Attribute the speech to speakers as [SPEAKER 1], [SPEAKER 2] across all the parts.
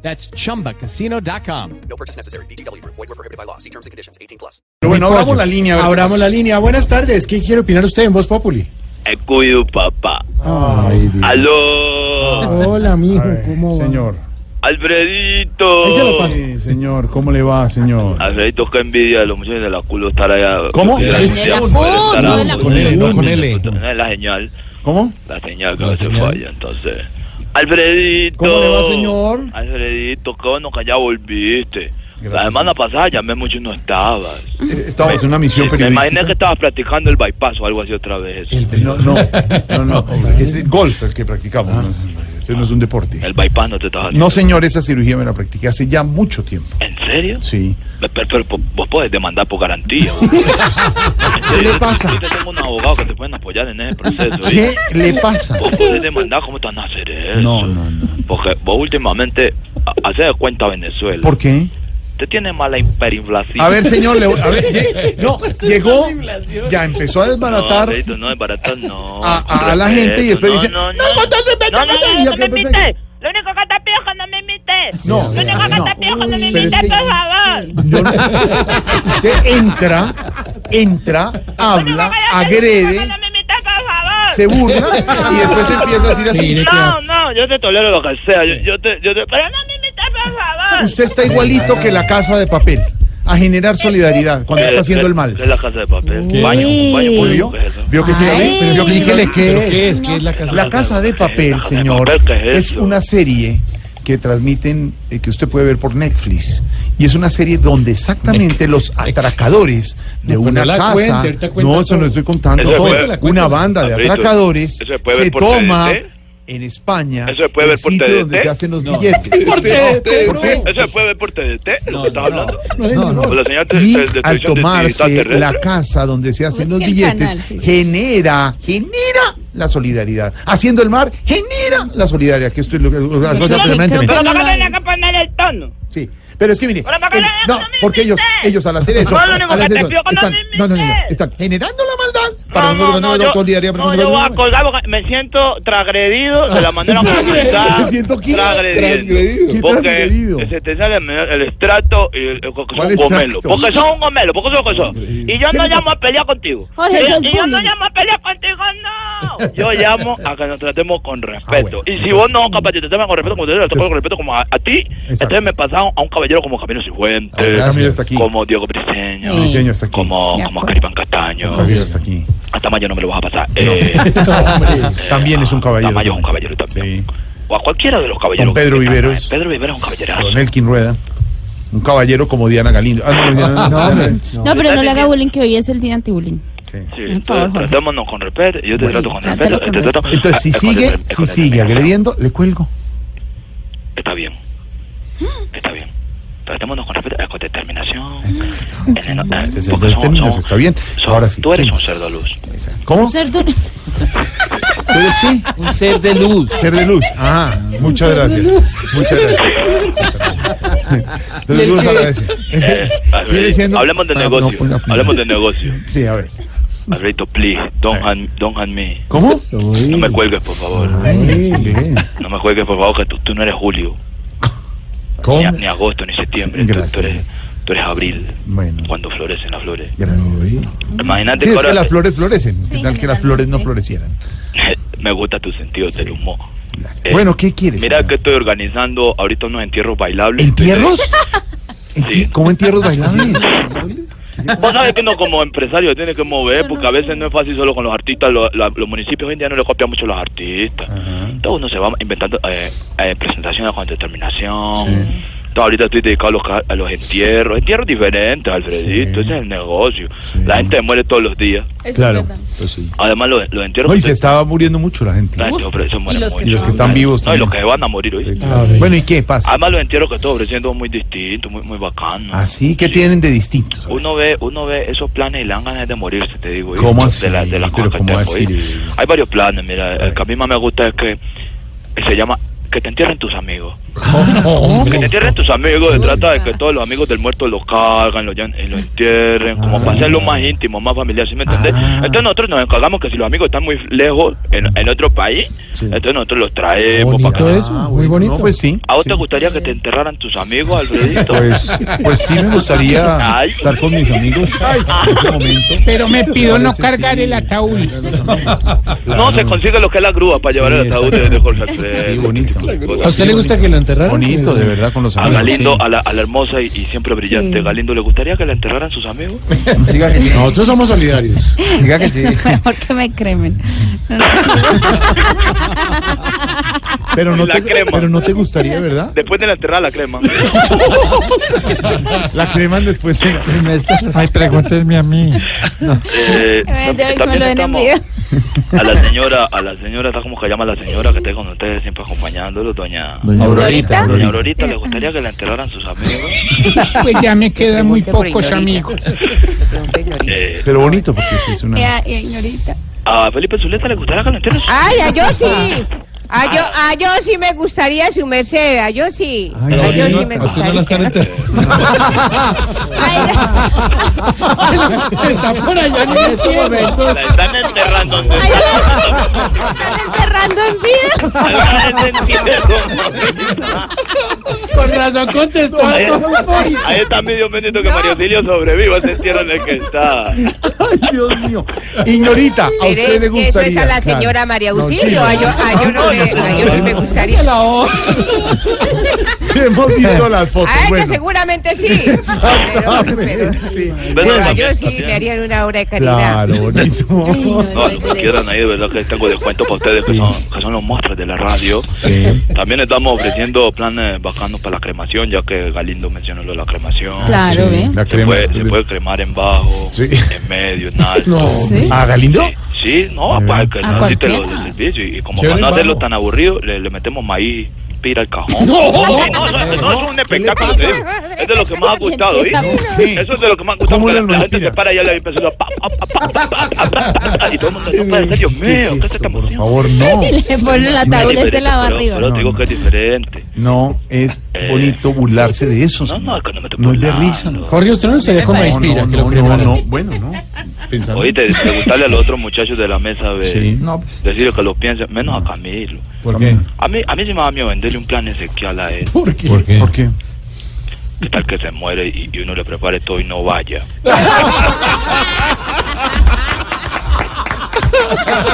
[SPEAKER 1] That's chumbacasino.com.
[SPEAKER 2] No purchase necessary. BGW. Void were prohibited by law. See terms and conditions. 18 plus.
[SPEAKER 3] Pero bueno, abramos
[SPEAKER 4] Rogers.
[SPEAKER 3] la línea. a ver qué
[SPEAKER 4] Abramos
[SPEAKER 3] pasa.
[SPEAKER 4] la línea. Buenas tardes. ¿Qué quiere opinar usted en Voz Populi?
[SPEAKER 5] Te cuido, papá.
[SPEAKER 4] Ay, Dios.
[SPEAKER 5] Aló,
[SPEAKER 4] Hola, mijo.
[SPEAKER 3] Ay,
[SPEAKER 4] ¿Cómo va?
[SPEAKER 3] Señor.
[SPEAKER 4] Ahí se lo
[SPEAKER 5] Alfredito.
[SPEAKER 4] paso.
[SPEAKER 3] Sí, señor, ¿cómo le va, señor?
[SPEAKER 5] Alfredito, qué envidia de los muchachos de la culo estar allá.
[SPEAKER 3] ¿Cómo?
[SPEAKER 5] De la,
[SPEAKER 3] Sí,
[SPEAKER 5] de la
[SPEAKER 6] de la
[SPEAKER 5] culo
[SPEAKER 6] culo,
[SPEAKER 5] estar
[SPEAKER 6] no
[SPEAKER 5] allá.
[SPEAKER 6] de la
[SPEAKER 4] Con L, no, con L.
[SPEAKER 5] No, La señal,
[SPEAKER 3] ¿Cómo?
[SPEAKER 5] la señal que
[SPEAKER 4] La
[SPEAKER 5] no se
[SPEAKER 4] señal.
[SPEAKER 5] falla, entonces. Alfredito.
[SPEAKER 3] ¿Cómo le va, señor?
[SPEAKER 5] Alfredito, qué bueno que ya volviste.
[SPEAKER 3] Gracias.
[SPEAKER 5] La semana pasada llamé mucho y no estabas.
[SPEAKER 3] Eh, Estábamos en una misión
[SPEAKER 5] Me imaginé que
[SPEAKER 3] periodística.
[SPEAKER 5] estabas practicando el bypass o algo así otra vez.
[SPEAKER 4] El
[SPEAKER 5] El,
[SPEAKER 4] pelo.
[SPEAKER 3] No, no, no, no, hombre, es el golf el que practicamos. no, ese no es un deporte.
[SPEAKER 5] bypass no te estabas
[SPEAKER 3] No, señor, esa cirugía me la practiqué hace ya mucho tiempo.
[SPEAKER 5] ¿En serio?
[SPEAKER 3] Sí.
[SPEAKER 5] Pero, pero, pero vos podés demandar por garantía. ¿Qué
[SPEAKER 4] le pasa?
[SPEAKER 5] Yo tengo un abogado que te pueden apoyar en ese proceso.
[SPEAKER 3] ¿Qué le pasa?
[SPEAKER 5] Vos podés demandar, ¿cómo están a hacer eso?
[SPEAKER 3] No, no, no.
[SPEAKER 5] Porque vos últimamente ha- haces de cuenta a Venezuela.
[SPEAKER 3] ¿Por qué?
[SPEAKER 5] Te tiene mala hiperinflación.
[SPEAKER 3] A ver, señor, le voy- a ver, lle- no, llegó, ya empezó a
[SPEAKER 5] no,
[SPEAKER 3] desbaratar.
[SPEAKER 5] Alfredito, no, es baratar, no.
[SPEAKER 3] A-
[SPEAKER 5] Con
[SPEAKER 3] a la
[SPEAKER 5] respeto,
[SPEAKER 3] gente y después
[SPEAKER 5] no,
[SPEAKER 3] dice,
[SPEAKER 5] No, no,
[SPEAKER 6] No, con todo el respeto,
[SPEAKER 5] No, no,
[SPEAKER 6] con todo
[SPEAKER 3] no,
[SPEAKER 6] el respeto,
[SPEAKER 3] ya,
[SPEAKER 6] no me
[SPEAKER 3] que-
[SPEAKER 6] invites. Lo único que te pido es que no me invites.
[SPEAKER 3] No,
[SPEAKER 6] Lo único
[SPEAKER 3] no.
[SPEAKER 6] que te pido es que no me
[SPEAKER 3] Pero es
[SPEAKER 6] invites,
[SPEAKER 3] que-
[SPEAKER 6] por favor.
[SPEAKER 3] Yo no- usted entra, entra,
[SPEAKER 6] Lo único
[SPEAKER 3] habla,
[SPEAKER 6] que yo te pido es que
[SPEAKER 3] agrede,
[SPEAKER 6] no me invites, por favor.
[SPEAKER 3] se burla y después empieza a decir así.
[SPEAKER 4] Mire que-
[SPEAKER 5] no, no, yo te tolero lo que sea. Yo, yo te, yo te, pero
[SPEAKER 6] Pero no me invites, por favor.
[SPEAKER 3] Usted está igualito que la casa de papel a generar solidaridad cuando está haciendo el
[SPEAKER 5] ¿Qué
[SPEAKER 3] mal.
[SPEAKER 5] es la casa de papel?
[SPEAKER 4] ¿Qué?
[SPEAKER 5] Baño, baño
[SPEAKER 3] ¿Vio?
[SPEAKER 5] público, ¿qué es eso?
[SPEAKER 3] ¿Vio que sí la vi?
[SPEAKER 4] Ay, pero
[SPEAKER 3] Yo
[SPEAKER 4] explíquele
[SPEAKER 3] explíquele
[SPEAKER 4] qué es.
[SPEAKER 3] qué es.
[SPEAKER 4] ¿Qué es la casa?
[SPEAKER 3] La casa de papel, señor, es una serie que transmiten, eh, que usted puede ver por Netflix. Y es una serie donde exactamente los atracadores de
[SPEAKER 4] No, pero
[SPEAKER 3] una
[SPEAKER 4] no la
[SPEAKER 3] casa.
[SPEAKER 4] cuente, ahorita cuenta
[SPEAKER 3] no, eso
[SPEAKER 4] todo.
[SPEAKER 3] no estoy contando
[SPEAKER 5] Eso se
[SPEAKER 3] todo.
[SPEAKER 5] puede- Cuéntela,
[SPEAKER 4] cuéntela.
[SPEAKER 3] Una banda de
[SPEAKER 5] Pablito,
[SPEAKER 3] atracadores
[SPEAKER 5] eso se puede ver
[SPEAKER 3] se
[SPEAKER 5] por
[SPEAKER 3] toma
[SPEAKER 5] TDT?
[SPEAKER 3] en España
[SPEAKER 5] Eso se puede
[SPEAKER 3] el
[SPEAKER 5] ver por
[SPEAKER 3] sitio
[SPEAKER 5] TDT?
[SPEAKER 3] donde se hacen los
[SPEAKER 4] No.
[SPEAKER 3] billetes.
[SPEAKER 4] ¿Por TDT,
[SPEAKER 3] ¿Por
[SPEAKER 4] no?
[SPEAKER 3] qué?
[SPEAKER 5] ¿Eso se puede ver por TDT? ¿Lo que estás hablando?
[SPEAKER 4] No, no.
[SPEAKER 5] Pues La señal de,
[SPEAKER 3] y
[SPEAKER 5] de- de
[SPEAKER 3] al
[SPEAKER 5] televisión de digital
[SPEAKER 3] tomarse
[SPEAKER 5] terrestre.
[SPEAKER 3] la casa donde se hacen
[SPEAKER 6] Pues
[SPEAKER 3] los
[SPEAKER 6] que el
[SPEAKER 3] billetes
[SPEAKER 6] canal, sí.
[SPEAKER 3] genera genera la solidaridad haciendo el mar genera la solidaridad que esto es lo que lo- lo-
[SPEAKER 6] Pero
[SPEAKER 3] permanentemente.
[SPEAKER 6] no me tenía que poner el tono.
[SPEAKER 3] sí pero es que mire
[SPEAKER 6] Pero ¿para qué
[SPEAKER 3] el-
[SPEAKER 6] le digo
[SPEAKER 3] no
[SPEAKER 6] que no me
[SPEAKER 3] porque ellos
[SPEAKER 6] invites?
[SPEAKER 3] ellos al hacer eso
[SPEAKER 6] Yo lo único
[SPEAKER 3] al
[SPEAKER 6] que
[SPEAKER 3] hacer
[SPEAKER 6] te
[SPEAKER 3] eso,
[SPEAKER 6] pido que no
[SPEAKER 3] están
[SPEAKER 6] me
[SPEAKER 3] no no no, no,
[SPEAKER 6] invites.
[SPEAKER 3] están generando la maldad para
[SPEAKER 5] no, no, yo,
[SPEAKER 3] solidaridad
[SPEAKER 5] no, yo voy a colgar porque me siento transgredido de la manera como
[SPEAKER 3] Transgredido,
[SPEAKER 5] está
[SPEAKER 3] me siento ¿qué?
[SPEAKER 5] transgredido.
[SPEAKER 3] ¿Qué transgredido?
[SPEAKER 5] Porque se te sale el, el estrato y el, el- que son
[SPEAKER 3] ¿Cuál
[SPEAKER 5] un gomelo.
[SPEAKER 3] extracto?
[SPEAKER 5] Porque son un gomelo, porque son lo que son. Y yo
[SPEAKER 3] ¿Qué
[SPEAKER 5] no
[SPEAKER 3] le
[SPEAKER 5] llamo
[SPEAKER 3] pasa?
[SPEAKER 5] a pelear contigo.
[SPEAKER 6] Jorge,
[SPEAKER 5] yo,
[SPEAKER 6] eso es
[SPEAKER 5] y yo no
[SPEAKER 6] bullying.
[SPEAKER 5] llamo a pelear contigo, no. Yo llamo a que nos tratemos con respeto.
[SPEAKER 3] Ah, bueno.
[SPEAKER 5] Y si vos no, capaz, te tratas con respeto, como te tratas con
[SPEAKER 3] Entonces-
[SPEAKER 5] respeto como a, a ti, entonces me pasaron a un caballero como Camilo Cifuentes,
[SPEAKER 3] Ah, Camilo está aquí.
[SPEAKER 5] como Diego Briseño,
[SPEAKER 3] Sí. Briseño está aquí.
[SPEAKER 5] como,
[SPEAKER 6] De
[SPEAKER 5] como
[SPEAKER 6] acuerdo.
[SPEAKER 5] Caripán Castaño.
[SPEAKER 3] Javier está aquí
[SPEAKER 5] A Tamayo no me lo vas a pasar. Eh,
[SPEAKER 3] también es un caballero
[SPEAKER 5] Tamayo es un caballero también.
[SPEAKER 3] Sí.
[SPEAKER 5] O a cualquiera de los caballeros.
[SPEAKER 3] Don Pedro
[SPEAKER 5] que están
[SPEAKER 3] Viveros.
[SPEAKER 5] ahí. Pedro Viveros es un caballerazo.
[SPEAKER 3] Don Elkin Rueda un caballero como Diana Galindo ah, no, Diana- Diana-
[SPEAKER 6] No, pero no le haga bullying, que hoy es el día anti-bullying.
[SPEAKER 3] sí.
[SPEAKER 5] Sí,
[SPEAKER 6] Por favor,
[SPEAKER 5] entonces,
[SPEAKER 6] Jorge.
[SPEAKER 5] tratémonos con respeto. Yo te
[SPEAKER 6] Bueno,
[SPEAKER 5] trato con
[SPEAKER 6] trátalo
[SPEAKER 5] respeto.
[SPEAKER 6] con
[SPEAKER 5] te trato-
[SPEAKER 3] Entonces, si
[SPEAKER 5] es con
[SPEAKER 3] sigue,
[SPEAKER 5] el- es
[SPEAKER 3] si
[SPEAKER 5] con el
[SPEAKER 3] sigue
[SPEAKER 5] enemigo.
[SPEAKER 3] agrediendo, le cuelgo.
[SPEAKER 5] Está bien. Está bien. Tratémonos con respeto, es con determinación. Eh, no, eh,
[SPEAKER 3] Este es el
[SPEAKER 5] porque son-
[SPEAKER 3] término,
[SPEAKER 5] son-
[SPEAKER 3] está bien.
[SPEAKER 5] son-
[SPEAKER 3] Ahora sí,
[SPEAKER 5] Tú eres
[SPEAKER 3] ¿quién?
[SPEAKER 5] un cerdo luz.
[SPEAKER 3] ¿Cómo?
[SPEAKER 6] Ser duro.
[SPEAKER 3] ¿Tú eres qué?
[SPEAKER 1] Un ser de luz.
[SPEAKER 3] Ser de luz. Ah, muchas gracias. Muchas gracias. Entonces, luz a la vez.
[SPEAKER 5] Eh, Alfredito,
[SPEAKER 3] Viene siendo-
[SPEAKER 5] hablemos de
[SPEAKER 3] Ah, no,
[SPEAKER 5] negocio.
[SPEAKER 3] pues, no.
[SPEAKER 5] hablemos de negocio.
[SPEAKER 3] Sí, a ver.
[SPEAKER 5] Alfredito, please, don't hand, don't hand me.
[SPEAKER 3] ¿Cómo?
[SPEAKER 5] No me cuelgues, por favor.
[SPEAKER 3] Ay, bien.
[SPEAKER 5] No me juegues, por favor, que tú, tú no eres julio, ni, a-
[SPEAKER 3] ¿Cómo?
[SPEAKER 5] ni agosto, ni septiembre. Tú,
[SPEAKER 3] Gracias.
[SPEAKER 5] tú eres, tú eres abril,
[SPEAKER 3] Bueno.
[SPEAKER 5] cuando florecen las flores.
[SPEAKER 3] Gracias.
[SPEAKER 5] Imagínate
[SPEAKER 3] Sí,
[SPEAKER 5] que
[SPEAKER 3] es que
[SPEAKER 5] ahora-
[SPEAKER 3] las flores florecen. ¿Qué
[SPEAKER 6] Sí,
[SPEAKER 3] tal que las flores no
[SPEAKER 6] generalmente.
[SPEAKER 3] florecieran?
[SPEAKER 5] me gusta tu sentido del humor. Eh,
[SPEAKER 3] Bueno, ¿qué quieres?
[SPEAKER 5] Mira que estoy organizando ahorita unos entierros bailables.
[SPEAKER 3] ¿Entierros?
[SPEAKER 5] Sí.
[SPEAKER 3] Enti- ¿Cómo entierros bailables?
[SPEAKER 5] Vos sabés que uno como empresario tiene que mover, porque a veces no es fácil solo con los artistas, lo- la- los municipios hoy en día no le copian mucho a los artistas. Entonces uno se va inventando eh, eh, presentaciones con determinación, Entonces, ahorita estoy dedicado a los, ca- a los entierros, entierros diferentes, Alfredito, ese es el negocio.
[SPEAKER 3] Sí.
[SPEAKER 5] La gente muere todos los días.
[SPEAKER 6] Eso
[SPEAKER 3] Claro.
[SPEAKER 6] es verdad.
[SPEAKER 3] Pues sí.
[SPEAKER 5] Además, los, los entierros...
[SPEAKER 3] No, y se estaba muriendo mucho la gente.
[SPEAKER 5] La gente
[SPEAKER 6] Uf,
[SPEAKER 5] ofrece- se muere
[SPEAKER 6] y los que
[SPEAKER 5] mucho.
[SPEAKER 6] Y los que
[SPEAKER 3] están vivos
[SPEAKER 5] No, y los
[SPEAKER 3] también.
[SPEAKER 5] que van a morir hoy.
[SPEAKER 3] Bueno, ¿y qué pasa?
[SPEAKER 5] Además, los entierros que estoy ofreciendo son muy distintos, muy, muy bacanos.
[SPEAKER 3] Así que
[SPEAKER 5] Sí.
[SPEAKER 3] tienen de distintos.
[SPEAKER 5] Uno ve, uno ve esos planes y le dan ganas de morirse, te digo. hijo,
[SPEAKER 3] ¿Cómo así?
[SPEAKER 5] De, la- de las
[SPEAKER 3] Pero
[SPEAKER 5] cosas que
[SPEAKER 3] ¿cómo
[SPEAKER 5] te
[SPEAKER 3] así?
[SPEAKER 5] oí. Hay varios planes, mira. El que a mí más me gusta es que se llama que te entierren tus amigos.
[SPEAKER 3] Ah,
[SPEAKER 5] Que te entierren tus amigos. Se trata de que todos los amigos del muerto los cargan, los, llan- y los entierren, como
[SPEAKER 3] Ah,
[SPEAKER 5] para hacerlo más íntimo, más familiar, ¿sí me entendés? Entonces nosotros nos encargamos que si los amigos están muy lejos en, en otro país, entonces nosotros los traemos para acá.
[SPEAKER 7] Bonito eso, muy
[SPEAKER 3] Ah, bueno,
[SPEAKER 7] bonito.
[SPEAKER 3] no, pues sí.
[SPEAKER 5] ¿A vos
[SPEAKER 3] sí.
[SPEAKER 5] te gustaría que te enterraran tus amigos, Alfredito?
[SPEAKER 3] Pues, pues sí me gustaría
[SPEAKER 5] Ay.
[SPEAKER 3] estar con mis amigos en este momento.
[SPEAKER 7] Pero me pido no
[SPEAKER 3] Parece,
[SPEAKER 7] cargar
[SPEAKER 3] sí.
[SPEAKER 7] el ataúd.
[SPEAKER 5] No, se consigue lo que es la grúa para llevar el ataúd de, de Jorge Alfredo.
[SPEAKER 3] Sí, bonito.
[SPEAKER 7] ¿A usted le gusta que lo enterraran?
[SPEAKER 3] Bonito, de verdad, con los
[SPEAKER 5] A
[SPEAKER 3] amigos.
[SPEAKER 5] Galindo,
[SPEAKER 3] sí.
[SPEAKER 5] a la, a la hermosa y, y siempre brillante
[SPEAKER 6] Sí.
[SPEAKER 5] Galindo, ¿le gustaría que la enterraran sus amigos?
[SPEAKER 7] Nosotros somos solidarios.
[SPEAKER 8] Diga que sí.
[SPEAKER 6] Mejor que me cremen.
[SPEAKER 3] Pero no,
[SPEAKER 5] La
[SPEAKER 3] te,
[SPEAKER 5] crema.
[SPEAKER 3] pero no te gustaría, ¿verdad?
[SPEAKER 5] Después de la enterrada, la crema.
[SPEAKER 3] La creman después de la crema esta.
[SPEAKER 8] Ay, pregúntenme a mí.
[SPEAKER 5] Eh,
[SPEAKER 6] Me
[SPEAKER 5] también
[SPEAKER 6] lo den en
[SPEAKER 5] estamos-
[SPEAKER 6] video.
[SPEAKER 5] a la señora, a la señora, está como que llama a la señora que está con ustedes siempre acompañándolo, doña...
[SPEAKER 6] Aurorita.
[SPEAKER 5] Doña Aurorita, ¿le gustaría que la enterraran sus amigos?
[SPEAKER 7] Pues ya me quedan muy pocos amigos.
[SPEAKER 5] Eh,
[SPEAKER 3] Pero bonito, porque sí es una.
[SPEAKER 6] Ya, y ignorita.
[SPEAKER 5] a Felipe Zuleta, ¿le gustaría que la enterraran
[SPEAKER 6] Ah.
[SPEAKER 5] sus
[SPEAKER 9] Ay, a Ah, yo sí. A yo, a yo sí me gustaría su merced, a yo sí.
[SPEAKER 3] Ay,
[SPEAKER 9] a yo
[SPEAKER 3] no,
[SPEAKER 9] sí me
[SPEAKER 3] Ah. a usted
[SPEAKER 9] gustaría.
[SPEAKER 6] Ay,
[SPEAKER 7] Está por allá en el cielo.
[SPEAKER 5] La están enterrando.
[SPEAKER 6] ay,
[SPEAKER 5] entonces.
[SPEAKER 6] ay, están enterrando en vida.
[SPEAKER 5] La están enterrando.
[SPEAKER 7] Con razón contestó.
[SPEAKER 5] Ahí, ahí está mi Dios bendito que Mario Silio sobreviva a ese entierro en el que está.
[SPEAKER 3] Ay, Dios mío. Ignorita, a
[SPEAKER 9] Pero
[SPEAKER 3] usted
[SPEAKER 9] es
[SPEAKER 3] le
[SPEAKER 9] que
[SPEAKER 3] gustaría.
[SPEAKER 9] eso es a la
[SPEAKER 3] Claro.
[SPEAKER 9] señora María
[SPEAKER 3] No,
[SPEAKER 9] Auxilio,
[SPEAKER 3] sí.
[SPEAKER 9] a yo, ah, a yo no me, a yo sí me gustaría.
[SPEAKER 3] Sí, hemos visto las fotos.
[SPEAKER 9] A ella
[SPEAKER 3] bueno.
[SPEAKER 9] Ah, seguramente sí. Pero, pero,
[SPEAKER 3] Exactamente.
[SPEAKER 9] pero a
[SPEAKER 5] También,
[SPEAKER 9] yo sí
[SPEAKER 5] también.
[SPEAKER 9] me harían una obra de caridad.
[SPEAKER 3] Claro, bonito.
[SPEAKER 5] No, los que quieran ahí, de verdad que tengo descuento para ustedes que son, que son los monstruos de la radio.
[SPEAKER 3] Sí.
[SPEAKER 5] También estamos ofreciendo planes bacanos para la cremación, ya que Galindo mencionó lo de la cremación.
[SPEAKER 6] Claro,
[SPEAKER 3] Sí,
[SPEAKER 6] ¿ve?
[SPEAKER 3] La
[SPEAKER 5] Se
[SPEAKER 3] crema.
[SPEAKER 5] puede, se puede cremar en bajo,
[SPEAKER 3] Sí.
[SPEAKER 5] en medio, en alto.
[SPEAKER 6] Sí.
[SPEAKER 3] ¿A Ah, Galindo?
[SPEAKER 5] Sí, no,
[SPEAKER 3] ¿De
[SPEAKER 5] para
[SPEAKER 3] verdad?
[SPEAKER 5] que
[SPEAKER 6] A
[SPEAKER 5] nos quite
[SPEAKER 6] cualquiera.
[SPEAKER 5] los del servicio. Y, y como
[SPEAKER 3] Chévere
[SPEAKER 5] para no
[SPEAKER 3] el
[SPEAKER 5] hacerlo
[SPEAKER 3] bajo.
[SPEAKER 5] tan aburrido, le, le metemos maíz pira al cajón. Sí, no, no, no, es un espectáculo. te digo. Es de lo que más ha gustado, ¿eh? ¿sí?
[SPEAKER 3] Sí.
[SPEAKER 5] Eso es de lo que más gusta.
[SPEAKER 3] ¿Cómo
[SPEAKER 5] porque
[SPEAKER 3] era el
[SPEAKER 5] la, la gente
[SPEAKER 3] mentira?
[SPEAKER 5] se para y ya le empieza a pa, pa, pa, pa, pa, pa, pa, pa, pa, y todo el mundo, no puede ser, Dios mío,
[SPEAKER 3] ¿Qué es
[SPEAKER 5] ¿qué es
[SPEAKER 3] esto?
[SPEAKER 5] esta
[SPEAKER 3] Por
[SPEAKER 5] emoción?
[SPEAKER 3] favor, no.
[SPEAKER 6] Le ponen el ataúd de este lado
[SPEAKER 5] pero,
[SPEAKER 6] arriba.
[SPEAKER 5] pero te digo que es diferente.
[SPEAKER 3] No es bonito burlarse de eso.
[SPEAKER 5] Eh, No, no,
[SPEAKER 3] señor.
[SPEAKER 5] es que no me estoy
[SPEAKER 3] No es de
[SPEAKER 5] burlando.
[SPEAKER 3] risa. No,
[SPEAKER 7] Jorge, usted no estaría con
[SPEAKER 3] no,
[SPEAKER 7] Respira, que lo
[SPEAKER 3] no, no,
[SPEAKER 7] cremaran.
[SPEAKER 3] no. Bueno, no. Pensando.
[SPEAKER 5] Oíste, preguntarle a los otros muchachos de la mesa, ve,
[SPEAKER 3] Sí.
[SPEAKER 8] No, pues.
[SPEAKER 5] decirle que lo piensen, menos a Camilo.
[SPEAKER 3] ¿Por qué?
[SPEAKER 5] A mí, a mí sí me da miedo venderle un plan Ezequiel a él.
[SPEAKER 7] ¿Por qué?
[SPEAKER 3] ¿Por qué? ¿Por qué?
[SPEAKER 5] ¿Qué tal que se muere y, y uno le prepare todo y no vaya?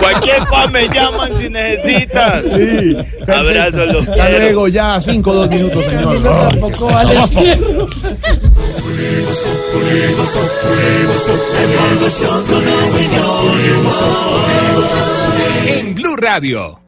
[SPEAKER 5] Cualquier pan me llaman si necesitas.
[SPEAKER 3] Sí.
[SPEAKER 5] Abrazo,
[SPEAKER 3] perfecto.
[SPEAKER 5] los
[SPEAKER 3] Hasta
[SPEAKER 5] quiero.
[SPEAKER 3] luego, ya, cinco o dos minutos, señor.
[SPEAKER 7] Tampoco vale el cielo.
[SPEAKER 10] En Blue Radio.